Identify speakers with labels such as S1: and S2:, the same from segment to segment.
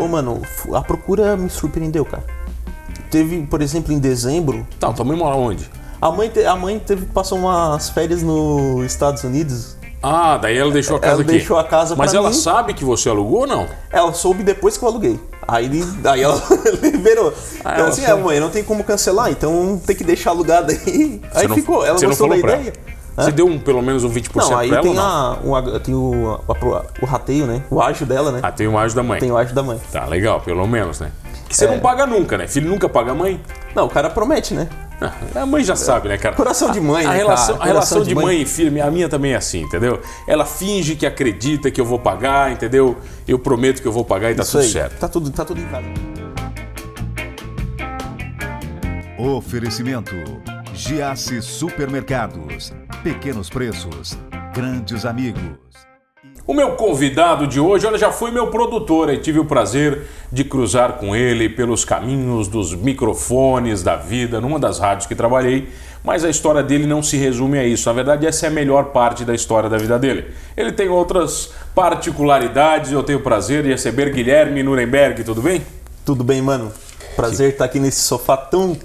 S1: ô, mano, a procura me surpreendeu, cara. Teve, por exemplo, em dezembro,
S2: Tá, tua mãe mora onde?
S1: a mãe, te- a mãe teve que passar umas férias nos Estados Unidos.
S2: Ah, daí ela deixou a casa
S1: Ela
S2: aqui.
S1: deixou a casa
S2: Mas
S1: pra
S2: ela
S1: mim.
S2: sabe que você alugou ou não?
S1: Ela soube depois que eu aluguei. Aí, aí ela liberou.
S2: Ah,
S1: então
S2: ela
S1: assim, é,
S2: soube.
S1: mãe, não tem como cancelar, então tem que deixar alugado aí. aí
S2: Você não-
S1: ficou, ela
S2: você não
S1: gostou da
S2: falou pra
S1: ideia. Hã?
S2: Você deu um, pelo menos um 20%
S1: Não, aí
S2: pra ela
S1: tem,
S2: ou não?
S1: a, um ag- tem o, a- pro- o rateio, né? O ágio dela, né?
S2: Ah, tem o ágio da mãe.
S1: Tem o ágio da mãe.
S2: Tá, legal, pelo menos, né? Que você não paga nunca, né? Filho nunca paga a mãe.
S1: Não, o cara promete, né?
S2: Ah, A mãe já sabe, né, cara?
S1: Coração de mãe,
S2: a
S1: né,
S2: relação,
S1: cara?
S2: A relação
S1: Coração
S2: de
S1: de
S2: mãe,
S1: mãe.
S2: e filho, a minha também é assim, entendeu? Ela finge que acredita que eu vou pagar, entendeu? Eu prometo que eu vou pagar e tá
S1: Isso
S2: tudo
S1: aí.
S2: certo.
S1: Tá tudo, tá tudo em casa.
S3: Oferecimento: Giasse Supermercados. Pequenos preços, grandes amigos.
S2: O meu convidado de hoje, olha, já foi meu produtor e tive o prazer de cruzar com ele pelos caminhos dos microfones da vida, numa das rádios que trabalhei, mas a história dele não se resume a isso. Na verdade, essa é a melhor parte da história da vida dele. Ele tem outras particularidades, eu tenho o prazer de receber Guilherme Nuremberg, tudo bem?
S1: Tudo bem, mano? Prazer estar aqui nesse sofá tão,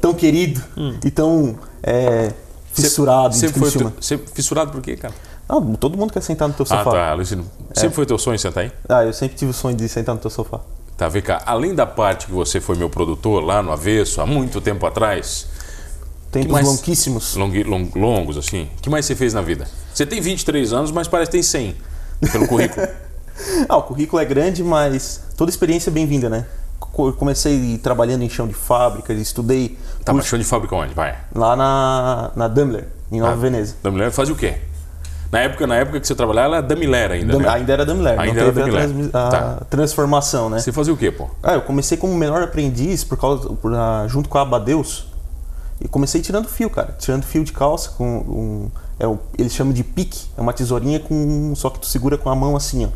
S1: tão querido e tão é, fissurado. em
S2: Hum. Sempre foi o
S1: Criciúma.
S2: teu- sempre- fissurado por quê, cara?
S1: Ah, todo mundo quer sentar no teu
S2: Ah,
S1: sofá.
S2: tá, Luciano. Sempre foi teu sonho sentar aí?
S1: Ah, eu sempre tive o sonho de sentar no teu sofá.
S2: Tá, vem cá. Além da parte que você foi meu produtor lá no Avesso, há muito tempo atrás,
S1: Tempos
S2: mais?
S1: longuíssimos.
S2: Longui- long- longos, assim. O que mais você fez na vida? Você tem 23 anos, mas parece que tem 100 pelo currículo.
S1: Ah, o currículo é grande, mas toda experiência é bem-vinda, né? Co- Comecei trabalhando em chão de fábrica, estudei
S2: tá, mas
S1: curso
S2: show de fábrica onde? Vai.
S1: lá na, na Daimler, em
S2: Ah.
S1: Nova Veneza.
S2: Da mulher fazia o quê? Na época, na época que você trabalhava, ela era Damilera ainda,
S1: Dam-
S2: né?
S1: Ainda era Daimler, não
S2: Ainda era
S1: teve a,
S2: Daimler.
S1: transmi- a
S2: Tá.
S1: transformação, né?
S2: Você fazia o quê, pô?
S1: Ah, eu comecei como menor aprendiz por causa por- ah, junto com a Abadeus. E comecei tirando fio, cara. Tirando fio de calça com um, é um- eles chamam de pique, é uma tesourinha com um, só que tu segura com a mão assim, ó.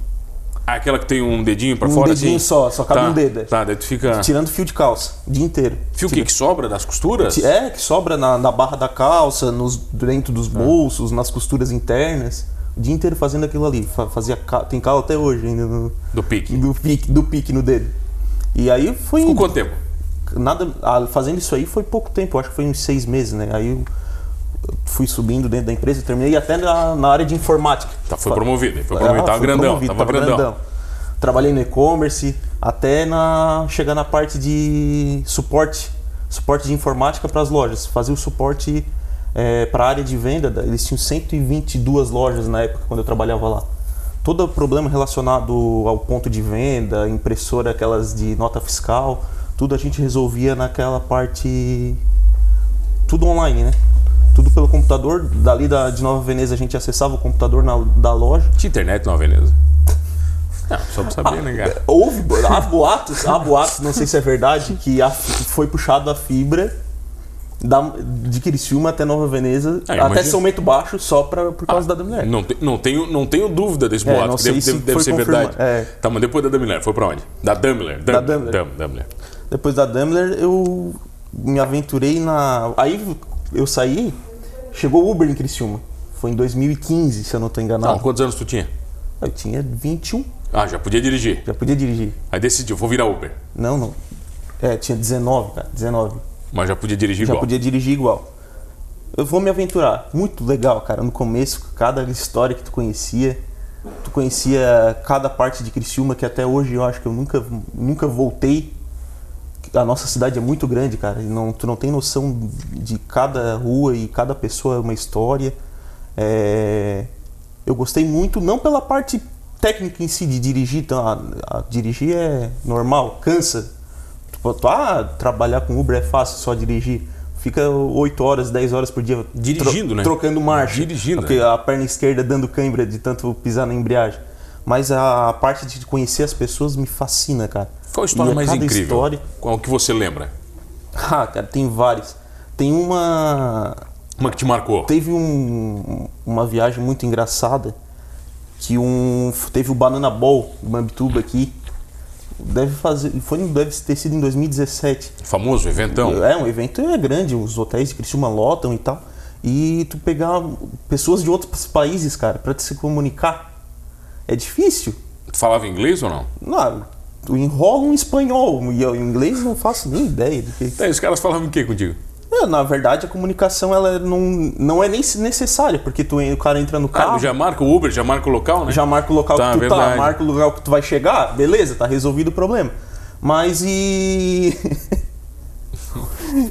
S2: Ah, aquela que tem um dedinho pra
S1: Um
S2: fora,
S1: dedinho
S2: assim?
S1: só, só cabe
S2: tá,
S1: um dedo.
S2: Tá, daí tu fica...
S1: Tirando fio de calça o dia inteiro.
S2: Fio o quê? Que sobra das costuras?
S1: Ti- É, que sobra na, na barra da calça, nos, dentro dos
S2: Ah.
S1: bolsos, nas costuras internas. O dia inteiro fazendo aquilo ali. Fa- Fazia ca- tem calo até hoje ainda no,
S2: Do pique.
S1: do pique, do pique no dedo. E aí foi
S2: Com quanto tempo?
S1: nada ah, fazendo isso aí foi pouco tempo, acho que foi uns seis meses, né? Aí eu fui subindo dentro da empresa, terminei até na, na área de informática.
S2: Tá, foi
S1: Fa-
S2: promovido. Foi
S1: Ah,
S2: promovido. tava
S1: fui
S2: grandão.
S1: promovido,
S2: tava grandão.
S1: Trabalhei no e-commerce até na chegar na parte de suporte, suporte de informática para as lojas, fazer o suporte para a área de venda. da- Eles tinham 122 lojas na época quando eu trabalhava lá. Todo problema relacionado ao ponto de venda, impressora, aquelas de nota fiscal, tudo a gente resolvia naquela parte tudo online, né? Tudo pelo computador. Dali da, de Nova Veneza a gente acessava o computador na- da loja.
S2: Tinha internet na Veneza? Não, só pra saber, né, cara?
S1: Houve bo- há boatos, há boatos, não sei se é verdade, que a fi- foi puxado a fibra da, de Criciúma até Nova Veneza,
S2: Ah,
S1: até
S2: imagina.
S1: São Bento Baixo, só pra, por causa da mulher.
S2: É. Não, te- não, tenho, não tenho dúvida desse
S1: É,
S2: boato.
S1: não
S2: que
S1: sei
S2: deve
S1: se
S2: deve- deve
S1: foi
S2: ser
S1: confirmado.
S2: verdade.
S1: É.
S2: Tá, mas depois da Daimler, foi pra onde? Da Daimler.
S1: Da
S2: Daimler.
S1: Daimler.
S2: Dam- Daimler.
S1: Depois da Daimler eu me aventurei na. Aí eu saí, chegou o Uber em Criciúma. Foi em 2015, se eu não tô
S2: Não,
S1: enganado.
S2: Tá, quantos anos tu tinha?
S1: Eu tinha 21,
S2: Ah, já podia dirigir.
S1: já podia dirigir.
S2: Aí decidiu, vou virar Uber.
S1: Não, não. É, tinha 19, cara, 19.
S2: Mas já podia dirigir
S1: Já
S2: igual.
S1: podia dirigir igual. Eu vou me aventurar. Muito legal, cara. No começo, cada história que tu conhecia, tu conhecia cada parte de Criciúma que até hoje eu acho que eu nunca, nunca voltei. A nossa cidade é muito grande, cara. e não- tu não tem noção de cada rua e cada pessoa é uma história. É, eu gostei muito, não pela parte técnica em si de dirigir, então, a- a- dirigir é normal, cansa. Tu, pô, tu- ah, trabalhar com Uber é fácil, só dirigir. Fica 8 horas, 10 horas por dia.
S2: Dirigindo, né?
S1: Trocando marcha.
S2: Dirigindo, né?
S1: Porque a perna esquerda dando cãibra de tanto pisar na embreagem. Mas a parte de conhecer as pessoas me fascina, cara.
S2: Qual a história
S1: E
S2: mais
S1: cada
S2: incrível?
S1: História...
S2: Qual que você lembra?
S1: Ah, cara, tem várias. Tem uma.
S2: Uma que te marcou?
S1: Teve um, uma viagem muito engraçada que um teve o Banana Ball do Mambituba aqui. Deve fazer, foi, deve ter sido em 2017.
S2: Famoso, eventão.
S1: É, um evento é grande, os hotéis de Criciúma lotam e tal. E tu pegar pessoas de outros países, cara, pra te se comunicar, é difícil.
S2: Tu falava inglês ou não?
S1: Não, Eu enrolo um espanhol e eu, em inglês não faço nem ideia do que.
S2: Então, os caras falavam o que contigo?
S1: É, na verdade, a comunicação ela não, não é nem necessária, porque tu, o cara entra no
S2: Ah,
S1: carro,
S2: já marca o Uber, já marca o local, né?
S1: já marca o local
S2: Tá,
S1: que tu
S2: verdade.
S1: tá, marca o local que tu vai chegar, beleza, tá resolvido o problema. Mas e.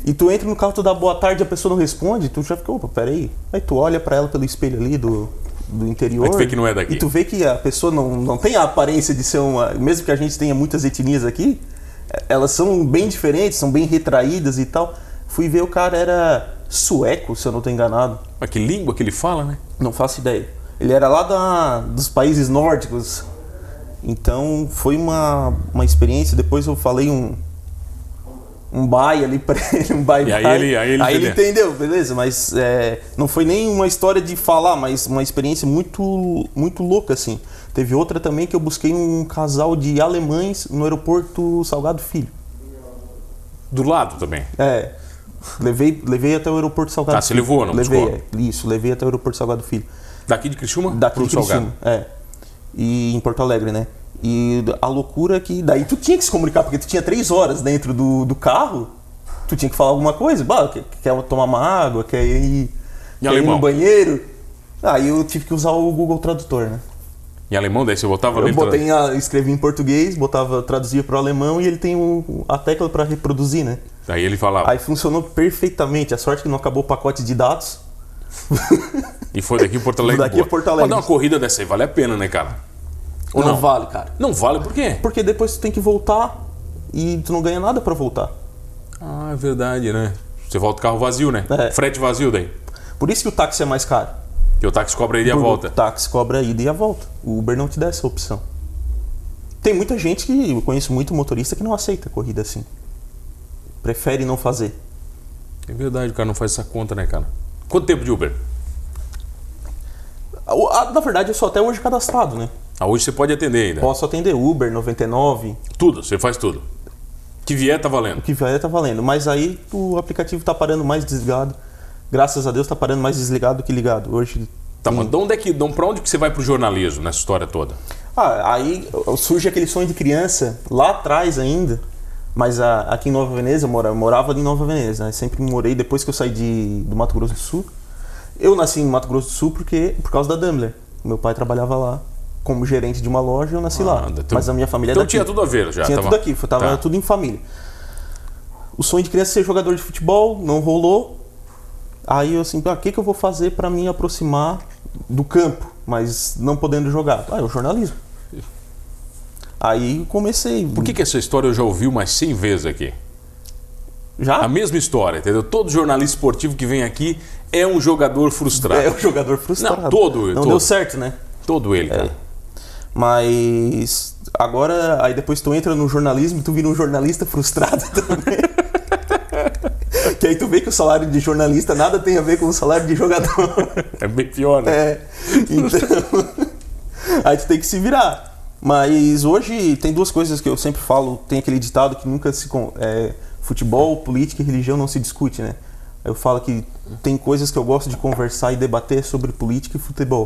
S1: e tu entra no carro, tu dá boa tarde, a pessoa não responde, tu já fica, opa, peraí. Aí tu olha pra ela pelo espelho ali do, do interior.
S2: Aí tu vê que não é daqui.
S1: E tu vê que a pessoa não, não tem a aparência de ser uma. Mesmo que a gente tenha muitas etnias aqui, eh, elas são bem diferentes, são bem retraídas e tal. Fui ver o cara era sueco, se eu não tô enganado.
S2: Mas que língua que ele fala, né?
S1: Não faço ideia. Ele era lá da, dos países nórdicos. Então foi uma, uma experiência. Depois eu falei um. Um bye ali pra ele, um bye
S2: E aí
S1: bye.
S2: ele- aí ele
S1: entendeu, beleza, mas é, não foi nem uma história de falar, mas uma experiência muito, muito louca, assim. Teve outra também que eu busquei um casal de alemães no aeroporto Salgado Filho.
S2: Do lado também.
S1: É. Levei, levei até o aeroporto Salgado
S2: Tá, você levou, não
S1: Levei,
S2: buscou?
S1: é, isso, levei até o aeroporto Salgado Filho
S2: Daqui de Criciúma
S1: daqui
S2: pro
S1: de Criciúma,
S2: Salgado.
S1: é. E em Porto Alegre, né? E a loucura é que. Daí tu tinha que se comunicar, porque tu tinha três horas dentro do, do carro, tu tinha que falar alguma coisa. Bah, quer, quer tomar uma água, quer ir, quer ir
S2: alemão?
S1: no banheiro. Aí eu tive que usar o Google Tradutor, né?
S2: Em alemão, daí você botava
S1: Eu
S2: letra-
S1: botei, a, escrevi em português, botava, traduzia para o alemão e ele tem o- a tecla para reproduzir, né?
S2: Daí ele falava.
S1: Aí funcionou perfeitamente. A sorte é que não acabou o pacote de dados.
S2: E foi daqui Porto Alegre.
S1: Daqui
S2: boa.
S1: a Porto Alegre.
S2: Mas dar uma corrida dessa aí vale a pena, né, cara? Ou não?
S1: vale, cara.
S2: Não vale por quê?
S1: Porque depois tu tem que voltar e tu não ganha nada para voltar.
S2: Ah, é verdade, né? Você volta o carro vazio, né?
S1: É.
S2: Frete vazio daí.
S1: Por isso que o táxi é mais caro.
S2: E o táxi cobra ele a
S1: Porque
S2: volta.
S1: O táxi cobra a ida e a volta. O Uber não te dá essa opção. Tem muita gente que eu conheço muito motorista que não aceita corrida assim. Prefere não fazer.
S2: É verdade, o cara não faz essa conta, né, cara? Quanto tempo de Uber?
S1: Ah, o- ah, Na verdade, eu sou até hoje cadastrado, né?
S2: Ah, hoje você pode atender ainda.
S1: Posso atender Uber 99,
S2: Tudo, você faz tudo. Que vier, tá valendo.
S1: que vai tá valendo. Mas aí o aplicativo tá parando mais desligado. Graças a Deus tá parando mais desligado do que ligado. Hoje.
S2: Tá,
S1: tem-
S2: mas de onde é que. de onde- Pra onde que você vai pro jornalismo nessa história toda?
S1: Ah, aí surge aquele sonho de criança lá atrás ainda. Mas a- aqui em Nova Veneza, eu morava, morava ali em Nova Veneza, né? Sempre morei depois que eu saí de, do Mato Grosso do Sul. Eu nasci em Mato Grosso do Sul porque, por causa da Daimler. Meu pai trabalhava lá como gerente de uma loja e eu nasci lá.
S2: Ah, da- tu-
S1: Mas a minha família é
S2: Então
S1: daqui.
S2: tinha tudo a ver já.
S1: Tinha
S2: tava-
S1: tudo aqui, foi- tava
S2: Tá.
S1: tudo em família. O sonho de criança é ser jogador de futebol, não rolou. Aí eu assim, ah, o que, que eu vou fazer para me aproximar do campo, mas não podendo jogar? Ah, é o jornalismo. Aí eu comecei.
S2: Por que, que essa história eu já ouvi umas 100 vezes aqui? A
S1: Já?
S2: mesma história, entendeu? Todo jornalista esportivo que vem aqui é um jogador frustrado.
S1: É o jogador frustrado.
S2: Não, todo,
S1: Não
S2: todo.
S1: deu certo, né?
S2: Todo ele, cara.
S1: Mas agora, aí depois tu entra no jornalismo e tu vira um jornalista frustrado também. que aí tu vê que o salário de jornalista nada tem a ver com o salário de jogador.
S2: É bem pior, né?
S1: É. Então. aí tu tem que se virar. Mas hoje tem duas coisas que eu sempre falo. Tem aquele ditado que nunca se. con- É, futebol, política e religião não se discute, né? Eu falo que tem coisas que eu gosto de conversar e debater sobre política e futebol.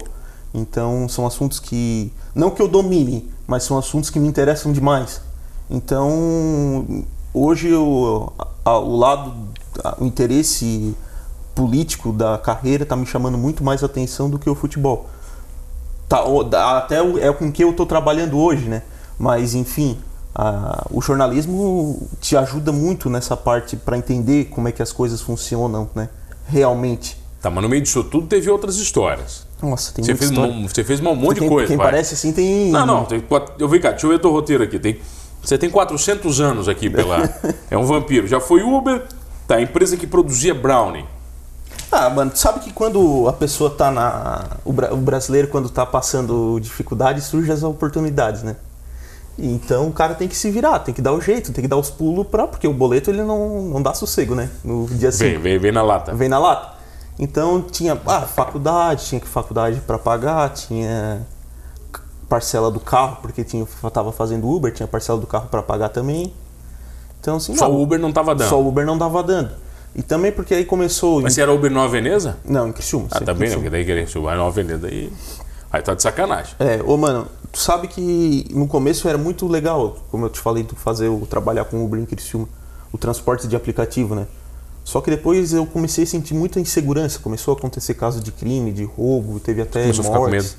S1: Então são assuntos que. Não que eu domine, mas são assuntos que me interessam demais. Então hoje eu, a- o lado. a- o interesse político da carreira tá me chamando muito mais atenção do que o futebol. Tá, o- da- até o- é com que eu tô trabalhando hoje, né? Mas enfim, a- o jornalismo te ajuda muito nessa parte para entender como é que as coisas funcionam, né? Realmente.
S2: Tá, mas no meio disso tudo teve outras histórias.
S1: Nossa, tem
S2: Você
S1: muita
S2: fez,
S1: história.
S2: um, você fez um monte
S1: quem,
S2: de coisa,
S1: quem
S2: vai.
S1: parece assim tem
S2: Não, não. Tem quatro, eu vi cá, deixa eu ver teu roteiro aqui. Tem, você tem 400 anos aqui pela... é um vampiro. Já foi Uber, tá, a empresa que produzia brownie.
S1: Ah, mano, tu sabe que quando a pessoa tá na. O, bra- o brasileiro, quando tá passando dificuldade, surgem as oportunidades, né? Então o cara tem que se virar, tem que dar o jeito, tem que dar os pulos pra. Porque o boleto ele não, não dá sossego, né? No dia
S2: Vem,
S1: seguinte.
S2: vem, vem na lata.
S1: Vem na lata. Então tinha ah, faculdade, tinha que faculdade pra pagar, tinha c- parcela do carro, porque tinha, tava fazendo Uber, tinha parcela do carro pra pagar também. Então assim,
S2: Só
S1: não,
S2: o Uber não tava dando.
S1: só o Uber não dava dando. E também porque aí começou.
S2: Mas você era Uber Nova Veneza?
S1: Não, em Criciúma.
S2: Ah,
S1: sempre
S2: também, né?
S1: em
S2: Porque daí querer se o Uber Nova Veneza aí... Aí tá de sacanagem.
S1: Criciúma. É, ô mano, tu sabe que no começo era muito legal, como eu te falei, tu fazer o trabalhar com Uber em Criciúma, o transporte de aplicativo, né? Só que depois eu comecei a sentir muita insegurança, começou a acontecer casos de crime, de roubo, teve até
S2: Começou a ficar com
S1: mortes.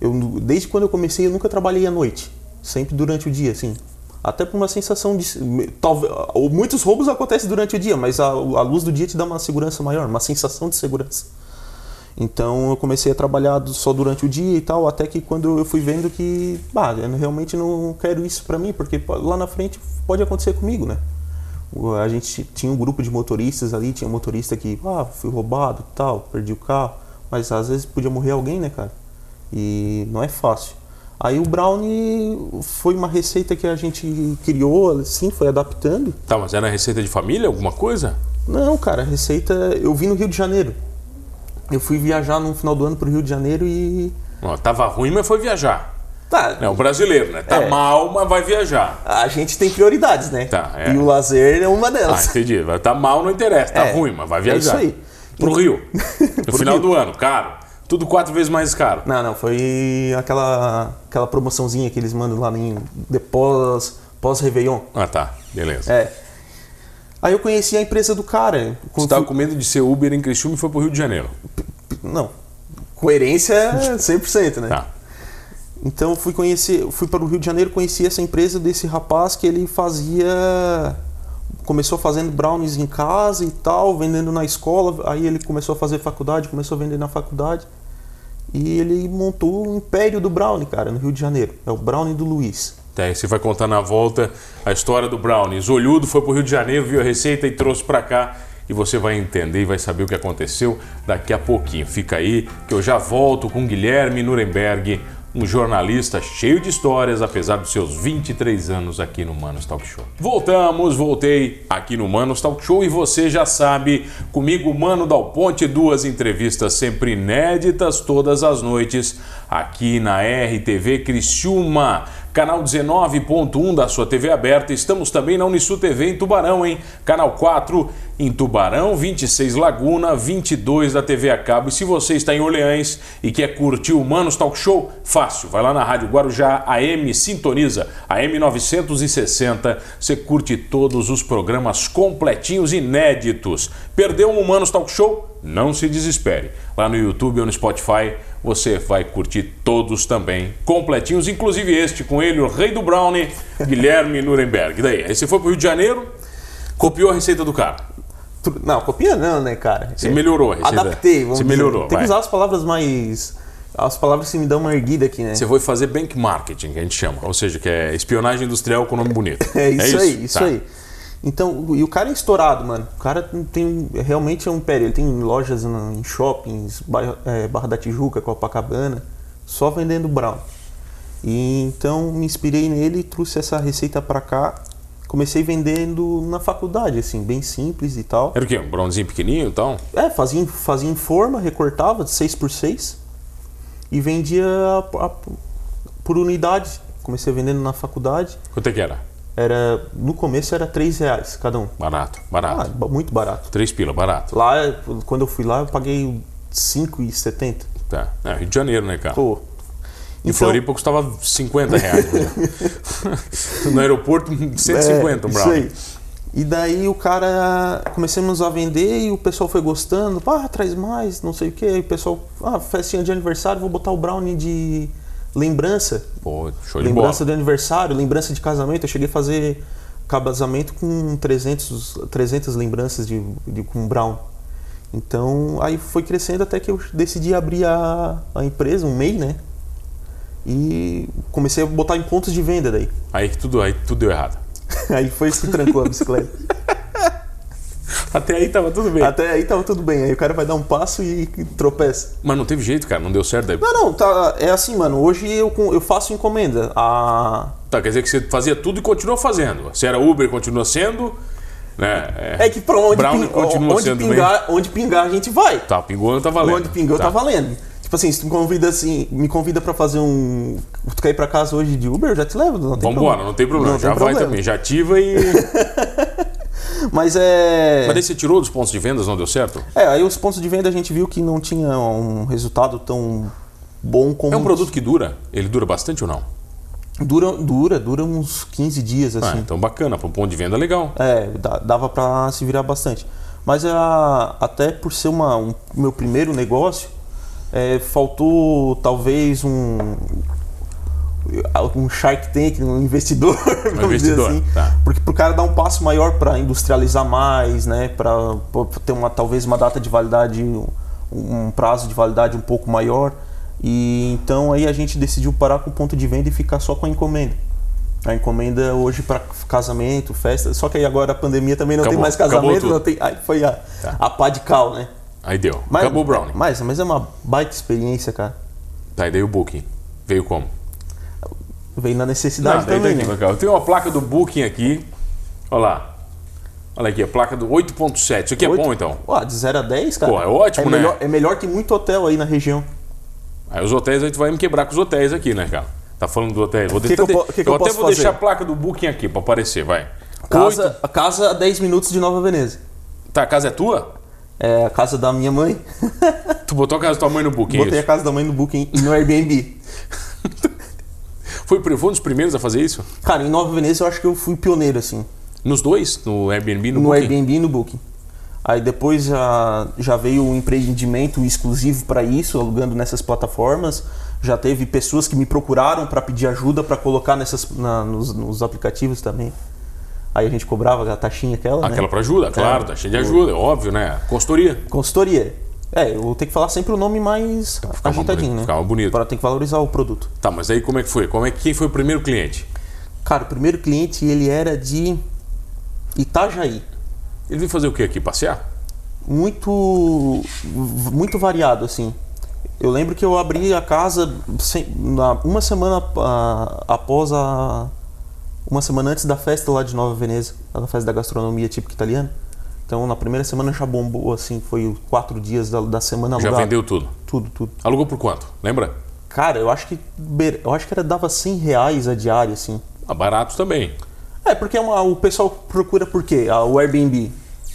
S1: Eu, desde quando eu comecei, eu nunca trabalhei à noite, sempre durante o dia, assim. Até por uma sensação de talvez ou muitos roubos acontecem durante o dia, mas a, a luz do dia te dá uma segurança maior, uma sensação de segurança. Então eu comecei a trabalhar do- só durante o dia e tal, até que quando eu fui vendo que, bah, eu realmente não quero isso pra mim, porque po- lá na frente pode acontecer comigo, né? O- A gente tinha um grupo de motoristas ali, tinha motorista que, ah, fui roubado e tal, perdi o carro, mas às vezes podia morrer alguém, né, cara? E não é fácil. Aí o brownie foi uma receita que a gente criou, assim, foi adaptando.
S2: Tá, mas era receita de família, alguma coisa?
S1: Não, cara, a receita eu vim no Rio de Janeiro. Eu fui viajar no final do ano pro Rio de Janeiro e
S2: Ó, tava ruim, mas foi viajar.
S1: Tá,
S2: É o brasileiro, né? Tá
S1: É.
S2: mal, mas vai viajar.
S1: a gente tem prioridades, né?
S2: Tá, é.
S1: E o lazer é uma
S2: Ah,
S1: delas.
S2: entendi. Vai tá mal, não interessa. Tá
S1: É.
S2: ruim, mas vai
S1: É
S2: viajar.
S1: isso aí.
S2: Pro Rio. No
S1: Pro
S2: final
S1: Rio.
S2: do ano, caro. Tudo quatro vezes mais caro.
S1: Não, não, foi aquela, aquela promoçãozinha que eles mandam lá em depois pós-Réveillon.
S2: Ah, tá. Beleza.
S1: É. Aí eu conheci a empresa do cara.
S2: Você
S1: Quando
S2: tava com medo de ser Uber em Criciúma e foi pro Rio de Janeiro.
S1: fui- Não. Coerência 100%, né?
S2: Tá.
S1: Então eu fui conhecer, eu fui para o Rio de Janeiro, conheci essa empresa desse rapaz que ele fazia começou fazendo brownies em casa e tal, vendendo na escola, aí ele começou a fazer faculdade, começou a vender na faculdade. E ele montou o império do brownie, cara, no Rio de Janeiro. É o brownie do Luiz.
S2: Tá, aí você vai contar na volta a história do Brownies. Olhudo foi pro Rio de Janeiro, viu a receita e trouxe pra cá. E você vai entender e vai saber o que aconteceu daqui a pouquinho. Fica aí que eu já volto com Guilherme Nuremberg, um jornalista cheio de histórias, apesar dos seus 23 anos aqui no Manos Talk Show. Voltamos, voltei aqui no Manos Talk Show e você já sabe, comigo, Mano Dal Ponte, duas entrevistas sempre inéditas todas as noites aqui na RTV Criciúma canal 19.1 da sua TV aberta. Estamos também na Unisu TV em Tubarão, hein? Canal 4 em Tubarão, 26 Laguna, 22 da TV a cabo. E se você está em Orleans e quer curtir o Manos Talk Show, fácil. Vai lá na Rádio Guarujá, AM Sintoniza, AM 960. Você curte todos os programas completinhos, inéditos. Perdeu o Manos Talk Show? Não se desespere. Lá no YouTube ou no Spotify você vai curtir todos também, completinhos, inclusive este com ele, o rei do brownie, Guilherme Nuremberg. E Daí, aí você foi pro Rio de Janeiro, copiou a receita do cara.
S1: Tru- Não, copia não, né, cara?
S2: Você melhorou a receita.
S1: Adaptei, vamos
S2: Você
S1: dizer.
S2: melhorou,
S1: Tem
S2: vai.
S1: que usar as palavras mais as palavras que me dão uma erguida aqui, né?
S2: Você foi fazer bank marketing, que a gente chama, ou seja, que é espionagem industrial com nome bonito.
S1: É isso, aí, isso
S2: Tá.
S1: aí. Então, o- e o cara é estourado, mano. O cara tem realmente é um império. Ele tem lojas na- em shoppings, bairro- é, Barra da Tijuca, Copacabana, só vendendo brown. E então me inspirei nele e trouxe essa receita pra cá. Comecei vendendo na faculdade, assim, bem simples e tal.
S2: Era o quê? Um bronzinho pequenininho e tal?
S1: É, fazia, em- fazia em forma, recortava de 6 por 6 e vendia a- a- por unidade. Comecei vendendo na faculdade.
S2: Quanto é que era?
S1: Era, no começo era 3 reais cada um.
S2: Barato,
S1: Ah,
S2: barato.
S1: ba- muito barato.
S2: Três pila, barato.
S1: Lá, quando eu fui lá, eu paguei 5,70.
S2: Tá. É, Rio de Janeiro, né, cara?
S1: Pô. Então,
S2: Em Floripa custava 50 reais. né? no aeroporto, 150 um
S1: é,
S2: brownie.
S1: Isso aí. E daí o cara começamos a vender e o pessoal foi gostando, ah, traz mais, não sei o que. Aí o pessoal, ah, festinha de aniversário, vou botar o brownie de lembrança.
S2: Pô, show de bola.
S1: Lembrança de aniversário, lembrança de casamento. Eu cheguei a fazer casamento com 300, 300 lembranças de, de com Brown. Então, aí foi crescendo até que eu decidi abrir a, a empresa, um MEI, né? E comecei a botar em pontos de venda daí.
S2: Aí que tudo, aí tudo deu errado.
S1: Aí foi isso que trancou a bicicleta.
S2: Até aí tava tudo bem.
S1: até aí tava tudo bem. Aí o cara vai dar um passo e tropeça.
S2: Mas não teve jeito, cara. Não deu certo. Daí...
S1: Não, não, tá, é assim, mano. Hoje eu, com- eu faço encomenda. Ah, A,
S2: Tá, quer dizer que você fazia tudo e continuou fazendo. Se era Uber, continua sendo. Né?
S1: É que pra onde,
S2: Brown
S1: pin-
S2: continua
S1: onde
S2: sendo
S1: pingar, onde pingar a gente vai.
S2: Tá, pingou, não tá valendo.
S1: Onde pingar
S2: tá.
S1: tá. valendo. Tipo assim, se tu me convida assim, me convida pra fazer um. Tu quer ir pra casa hoje de Uber, eu já te levo. Não tem
S2: Vambora, não tem problema.
S1: Não
S2: já
S1: tem
S2: vai
S1: problema.
S2: também, já ativa e.
S1: Mas é.
S2: Mas daí você tirou dos pontos de vendas, não deu certo?
S1: É, aí os pontos de venda a gente viu que não tinha um resultado tão bom como.
S2: É um produto que dura? Ele dura bastante ou não?
S1: Dura, dura, dura uns 15 dias,
S2: Ah,
S1: assim.
S2: então bacana, para um ponto de venda legal.
S1: É, da- dava pra se virar bastante. Mas a- até por ser uma, um- meu primeiro negócio, é, faltou talvez um um Shark Tank, um investidor, vamos
S2: investidor,
S1: dizer assim,
S2: tá.
S1: porque pro cara dar um passo maior para industrializar mais, né, para ter uma talvez uma data de validade, um, um prazo de validade um pouco maior. E então aí a gente decidiu parar com o ponto de venda e ficar só com a encomenda. A encomenda hoje para casamento, festa, só que aí agora a pandemia também não
S2: Acabou,
S1: tem mais
S2: acabou
S1: casamento,
S2: tudo.
S1: não tem, aí foi a, a pá de cal, né?
S2: Aí deu. Acabou o brownie.
S1: Mas, mas é uma baita experiência, cara.
S2: Tá, e daí o booking. Veio como?
S1: Vem na necessidade
S2: daí
S1: também,
S2: tá aqui,
S1: né?
S2: Cacau. Eu tenho uma placa do booking aqui. Olha lá. Olha aqui, a placa do 8.7. Isso aqui é
S1: Oito-
S2: bom, então.
S1: Ó, de 0 a 10, cara.
S2: Pô, é ótimo, né?
S1: Melhor, é melhor que muito hotel aí na região.
S2: Aí os hotéis, a gente vai me quebrar com os hotéis aqui, né, cara? Tá falando do hotel. Vou
S1: Que que
S2: tentar
S1: eu po-
S2: de-
S1: que que eu
S2: até
S1: posso
S2: vou
S1: fazer?
S2: deixar a placa do booking aqui pra aparecer, vai. Oito-
S1: Casa, a casa a 10 minutos de Nova Veneza.
S2: Tá, a casa é tua?
S1: É a casa da minha mãe.
S2: Tu botou a casa da tua mãe no booking, é
S1: Botei a
S2: isso?
S1: casa da mãe no Booking e no Airbnb.
S2: Foi, pri- foi um dos primeiros a fazer isso?
S1: Cara, em Nova Veneza eu acho que eu fui pioneiro, assim.
S2: Nos dois? No Airbnb e no,
S1: No
S2: booking?
S1: Airbnb e no Booking. Aí depois já, já veio um empreendimento exclusivo para isso, alugando nessas plataformas. Já teve pessoas que me procuraram para pedir ajuda para colocar nessas, na- nos, nos aplicativos também. Aí a gente cobrava a taxinha aquela. né?
S2: Aquela pra ajuda, claro, tá cheio de ajuda, é óbvio, né? Consultoria.
S1: Consultoria. É, eu vou ter que falar sempre o nome mais
S2: Ficava
S1: agitadinho,
S2: bonito,
S1: né?
S2: ficava bonito.
S1: Para ter que valorizar o produto.
S2: Tá, mas aí como é que foi? Como é que quem foi o primeiro cliente?
S1: Cara, o primeiro cliente, ele era de Itajaí.
S2: Ele veio fazer o que aqui? Passear?
S1: Muito v- muito variado assim. Eu lembro que eu abri a casa sem- na- uma semana ah, após a uma semana antes da festa lá de Nova Veneza, lá na festa da gastronomia típica italiana. Então, na primeira semana já bombou assim, foi os quatro dias da, da semana
S2: Já
S1: alugada.
S2: vendeu tudo.
S1: tudo, tudo.
S2: Alugou por quanto? Lembra?
S1: Cara, eu acho que beira- eu acho que era dava 100 reais a diária, assim.
S2: Ah, barato também.
S1: É, porque é uma- o pessoal procura por quê? Ah, O Airbnb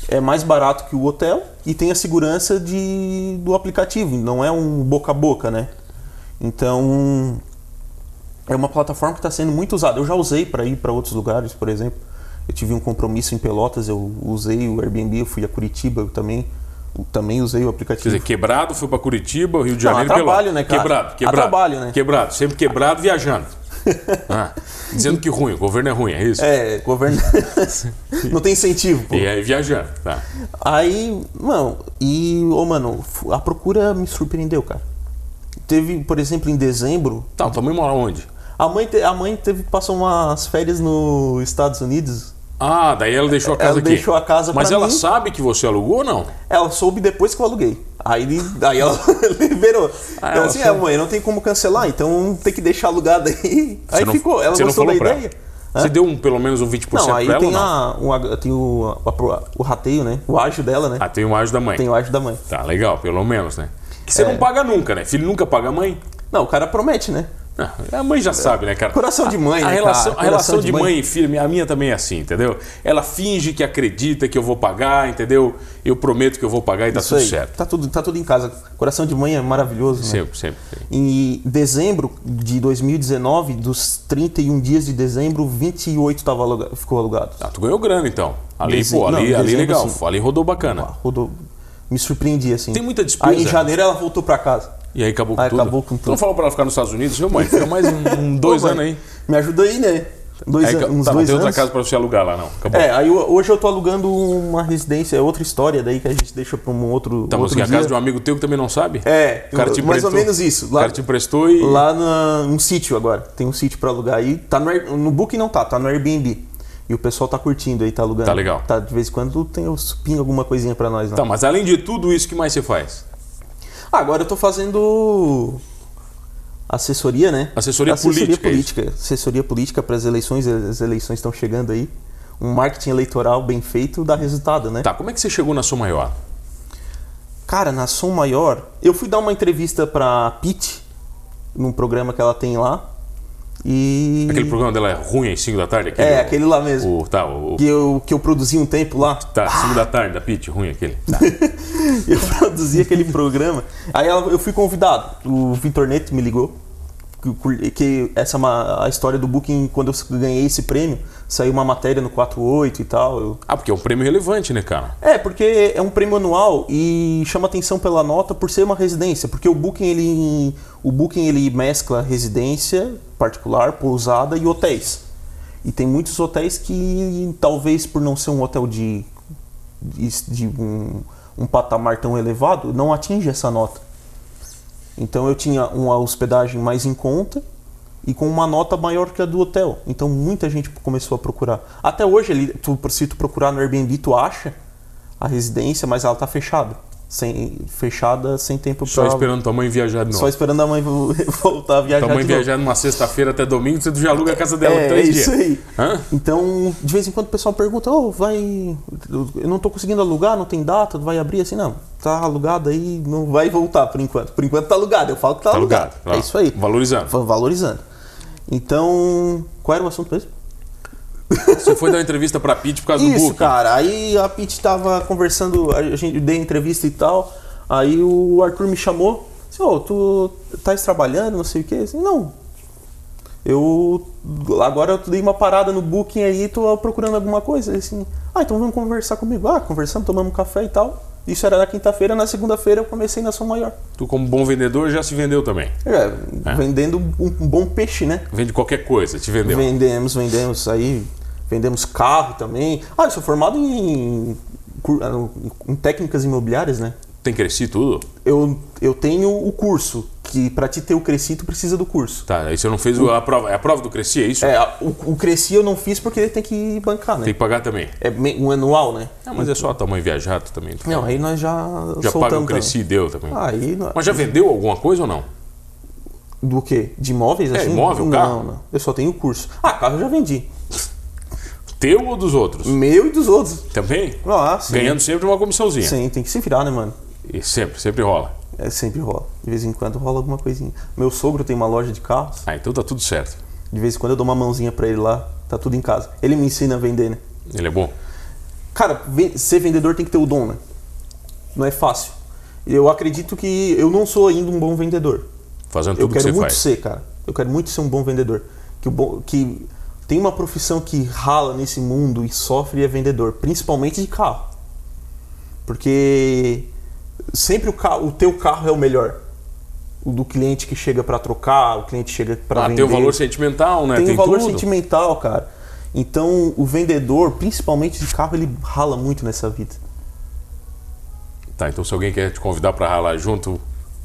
S1: é mais barato que o hotel e tem a segurança de, do aplicativo, não é um boca a boca, né? Então, é uma plataforma que está sendo muito usada. Eu já usei para ir para outros lugares, por exemplo. Eu tive um compromisso em Pelotas, eu usei o Airbnb, eu fui a Curitiba, eu também, eu também usei o
S2: Quer
S1: aplicativo.
S2: dizer, quebrado, foi pra Curitiba, Rio de
S1: Não, a
S2: Janeiro,
S1: trabalho,
S2: Pelotas.
S1: né, cara?
S2: Quebrado,
S1: A
S2: quebrado.
S1: trabalho, né?
S2: Quebrado, sempre quebrado, viajando. Ah, dizendo que ruim, o governo é ruim, é isso?
S1: É, governo. não tem incentivo, pô.
S2: E aí viajando, tá.
S1: Aí, mano, e, ô, mano, f- a procura me surpreendeu, cara. Teve, por exemplo, em dezembro,
S2: Tá, tua mãe mora onde?
S1: a mãe, te- a mãe teve, passou umas férias nos Estados Unidos.
S2: Ah, daí ela deixou a casa
S1: Ela
S2: aqui.
S1: deixou a casa
S2: Mas
S1: pra
S2: ela
S1: mim.
S2: sabe que você alugou ou não?
S1: Ela soube depois que eu aluguei. Aí, aí ela liberou.
S2: Ah,
S1: ela
S2: ela
S1: assim, é,
S2: soube.
S1: mãe, não tem como cancelar, então tem que deixar alugado aí. aí
S2: Você não-
S1: ficou, ela
S2: você não
S1: gostou da
S2: falou pra
S1: ideia. Hã?
S2: Você deu um, pelo menos um 20%
S1: Não, aí
S2: pra ela
S1: tem,
S2: ou não?
S1: a, um ag- tem o, a pro- o rateio, né? O ágio dela, né?
S2: Ah, tem o ágio da mãe.
S1: Tem É. o ágio da mãe.
S2: Tá, legal, pelo menos, né? Que você não paga nunca, né? Filho nunca paga a mãe.
S1: Não, o cara promete, né?
S2: Ah, A mãe já sabe, né, cara?
S1: Coração de mãe,
S2: a, a
S1: né,
S2: relação,
S1: cara?
S2: A
S1: Coração
S2: relação de
S1: de
S2: mãe,
S1: mãe.
S2: e filho, a minha também é assim, entendeu? Ela finge que acredita que eu vou pagar, entendeu? Eu prometo que eu vou pagar e dá
S1: Isso
S2: tudo
S1: aí.
S2: certo.
S1: Tá tudo, tá tudo em casa. Coração de mãe é maravilhoso, né?
S2: Sempre, sempre. sempre.
S1: Em dezembro de 2019, dos 31 dias de dezembro, 28 tava aluga- ficou alugado.
S2: Ah, tu ganhou grana, então. Ali,
S1: Dezem-
S2: pô,
S1: não, assim.
S2: ali, ali
S1: dezembro,
S2: legal.
S1: sim.
S2: Ali rodou bacana.
S1: Rodou. Me surpreendi, assim.
S2: Tem muita despesa?
S1: Aí em janeiro ela voltou pra casa.
S2: E aí acabou com
S1: Aí
S2: tudo.
S1: acabou com
S2: Tu
S1: tudo.
S2: não falou pra ela ficar nos Estados Unidos? Viu, mãe? Fica mais um, um dois
S1: Ô, mãe,
S2: anos aí.
S1: Me ajuda aí, né? Dois
S2: aí
S1: an-
S2: ca-
S1: uns
S2: tá, não
S1: dois
S2: tem outra
S1: anos.
S2: casa pra você alugar lá, não. Acabou.
S1: É, aí eu- hoje eu tô alugando uma residência, é outra história daí que a gente deixa pra um outro.
S2: Tá, mas
S1: outro
S2: que é a
S1: dia.
S2: casa de um amigo teu que também não sabe?
S1: É,
S2: O cara te
S1: mais ou
S2: emprestou-
S1: menos isso.
S2: O cara te emprestou e.
S1: lá na, um sítio agora. Tem um sítio pra alugar aí. Tá no, Air- no Booking não tá, tá no Airbnb. E o pessoal tá curtindo aí, tá alugando.
S2: Tá legal.
S1: Tá, de vez em quando tem os- pinga alguma coisinha pra nós lá.
S2: Tá, mas além de tudo isso, o que mais você faz?
S1: Ah, agora eu tô fazendo assessoria, né?
S2: Assessoria política, é isso.
S1: Assessoria política para as eleições, as eleições estão chegando aí. Um marketing eleitoral bem feito dá resultado, né?
S2: Tá, como é que você chegou na sua maior?
S1: Cara, na Som Maior, eu fui dar uma entrevista pra Pete, num programa que ela tem lá. E.
S2: Aquele programa dela é ruim às 5 da tarde? Aquele,
S1: Hum. É, aquele lá mesmo.
S2: O, tá, o,
S1: Que eu, que eu produzi um tempo lá.
S2: tá, 5 da tarde da Pete, ruim aquele. Tá.
S1: Eu produzi aquele programa. Aí ela- eu fui convidado. O Vitor Neto me ligou. que- Que essa é uma- a história do Booking, quando eu ganhei esse prêmio, saiu uma matéria no 48 e tal. eu-
S2: Ah, porque é um prêmio relevante, né, cara?
S1: É, porque é um prêmio anual e chama atenção pela nota por ser uma residência, porque o Booking ele o Booking ele mescla residência particular, pousada e hotéis. E tem muitos hotéis que talvez por não ser um hotel de de, de um, um patamar tão elevado, não atinge essa nota. Então eu tinha uma hospedagem mais em conta e com uma nota maior que a do hotel. Então muita gente começou a procurar. Até hoje, ele, tu, se tu procurar no Airbnb, tu acha a residência, mas ela tá fechada. Sem, fechada sem tempo
S2: Só
S1: pra-
S2: esperando tua mãe viajar de novo.
S1: Só esperando a mãe vo- voltar a viajar
S2: Tua mãe
S1: de novo.
S2: viajar numa sexta-feira até domingo, você já aluga a casa dela
S1: É,
S2: em
S1: é
S2: três dias.
S1: isso aí.
S2: Hã?
S1: Então, de vez em quando o pessoal pergunta, ô, vai. Eu não tô conseguindo alugar, não tem data, vai abrir assim, não. Tá alugado aí, não vai voltar por enquanto. Por enquanto tá alugado, eu falo que tá,
S2: Tá alugado.
S1: É
S2: lá.
S1: isso aí.
S2: Valorizando.
S1: Va- Valorizando. Então, qual era o assunto mesmo?
S2: Você foi dar uma entrevista pra Pete por causa do
S1: Isso,
S2: Book.
S1: cara. Aí a Pete tava conversando, a gente deu entrevista e tal. Aí o Arthur me chamou. Disse, ô, tu tá trabalhando, não sei o quê. Eu disse, não. Eu agora eu dei uma parada no booking aí, tô procurando alguma coisa. Ele assim, ah, então vamos conversar comigo. Ah, conversamos, tomamos um café e tal. Isso era na quinta-feira, na segunda-feira eu comecei na São Maior.
S2: Tu, como bom vendedor, já se vendeu também.
S1: É,
S2: É.
S1: Vendendo um um bom peixe, né?
S2: Vende qualquer coisa, te vendeu.
S1: Vendemos, vendemos aí, vendemos carro também. Ah, eu sou formado em, cur- ah, em técnicas imobiliárias, né?
S2: Tem crescido tudo?
S1: Eu, eu tenho o curso, que para te ter o Cresci, tu precisa do curso.
S2: Tá, aí você não fez o- a prova. É a prova do Cresci, é isso?
S1: É, a- o, o Cresci eu não fiz porque ele tem que bancar, né?
S2: Tem que pagar também.
S1: É me- um anual, né?
S2: Não, mas é só a tua mãe viajar tu também. tu
S1: Não,
S2: fala.
S1: aí nós já,
S2: já
S1: soltamos
S2: paga o
S1: também.
S2: Cresci e deu também.
S1: Aí, nó-
S2: Mas já vendeu alguma coisa ou não?
S1: do quê? De imóveis,
S2: É,
S1: assim?
S2: imóvel,
S1: não,
S2: carro?
S1: não. Eu só tenho o curso. Ah, carro eu já vendi.
S2: Teu ou dos outros?
S1: Meu e dos outros.
S2: Também?
S1: Ah, Hum. sim.
S2: Ganhando sempre uma comissãozinha.
S1: Sim, tem que se virar, né, mano?
S2: E sempre, sempre rola.
S1: É, sempre rola. De vez em quando rola alguma coisinha. Meu sogro tem uma loja de carros.
S2: Ah, então tá tudo certo.
S1: De vez em quando eu dou uma mãozinha pra ele lá. Tá tudo em casa. Ele me ensina a vender, né?
S2: Ele é bom.
S1: Cara, ven- ser vendedor tem que ter o dom, né? Não é fácil. Eu acredito que eu não sou ainda um bom vendedor.
S2: Fazendo
S1: Eu
S2: tudo que
S1: quero
S2: você
S1: muito
S2: faz.
S1: ser, cara. Eu quero muito ser um bom vendedor. Que, o bom- que tem uma profissão que rala nesse mundo e sofre e é vendedor, principalmente de carro. Porque sempre o, ca- o teu carro é o melhor. O do cliente que chega pra trocar, o cliente chega pra
S2: Ah,
S1: vender.
S2: tem o valor sentimental, né?
S1: Tem,
S2: Tem,
S1: um valor
S2: tudo.
S1: sentimental, cara. Então, o vendedor, principalmente de carro, ele rala muito nessa vida.
S2: Tá, então se alguém quer te convidar pra ralar junto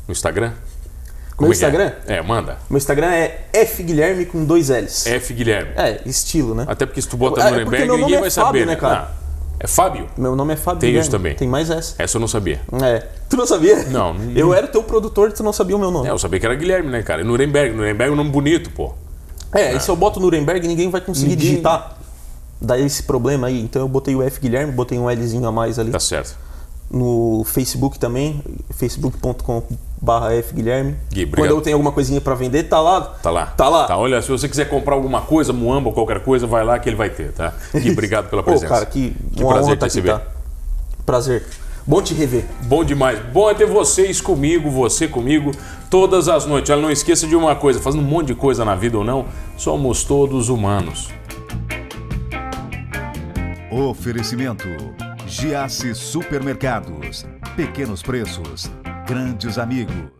S2: no Instagram.
S1: Meu
S2: é que é?
S1: Instagram?
S2: É? manda.
S1: Meu Instagram é fguilherme com dois L's.
S2: F Guilherme.
S1: É, estilo, né?
S2: Até porque se tu bota
S1: É, é porque
S2: Nuremberg,
S1: meu nome
S2: ninguém
S1: é
S2: vai
S1: Fábio,
S2: saber,
S1: né, cara?
S2: Ah, é Fábio?
S1: Meu nome é Fábio
S2: Tem isso
S1: Guilherme.
S2: também.
S1: Tem mais essa.
S2: Essa eu não sabia.
S1: É. Tu não sabia?
S2: Não, não-
S1: Eu era teu produtor e tu não sabia o meu nome.
S2: É, eu sabia que era Guilherme, né, cara? E Nuremberg. Nuremberg é um nome bonito, pô.
S1: É, e se eu boto Nuremberg, ninguém vai conseguir
S2: Ninguém-
S1: digitar. Dá esse problema aí. Então eu botei o F Guilherme, botei um Lzinho a mais ali.
S2: Tá certo.
S1: No Facebook também, facebook.com.br F Guilherme.
S2: Gui, obrigado.
S1: Quando eu tenho alguma coisinha pra vender, tá lá.
S2: Tá lá.
S1: Tá lá.
S2: Tá, olha, se você quiser comprar alguma coisa, muamba ou qualquer coisa, vai lá que ele vai ter, tá? E obrigado pela
S1: Pô,
S2: presença.
S1: cara, que,
S2: Que
S1: uma
S2: prazer
S1: honra
S2: te
S1: tá aqui,
S2: receber.
S1: tá? Prazer. Bom te rever.
S2: Bom demais. Bom é ter vocês comigo, você comigo, todas as noites. Olha, não esqueça de uma coisa, fazendo um monte de coisa na vida ou não, somos todos humanos.
S3: Oferecimento: Giasse Supermercados. Pequenos preços, grandes amigos.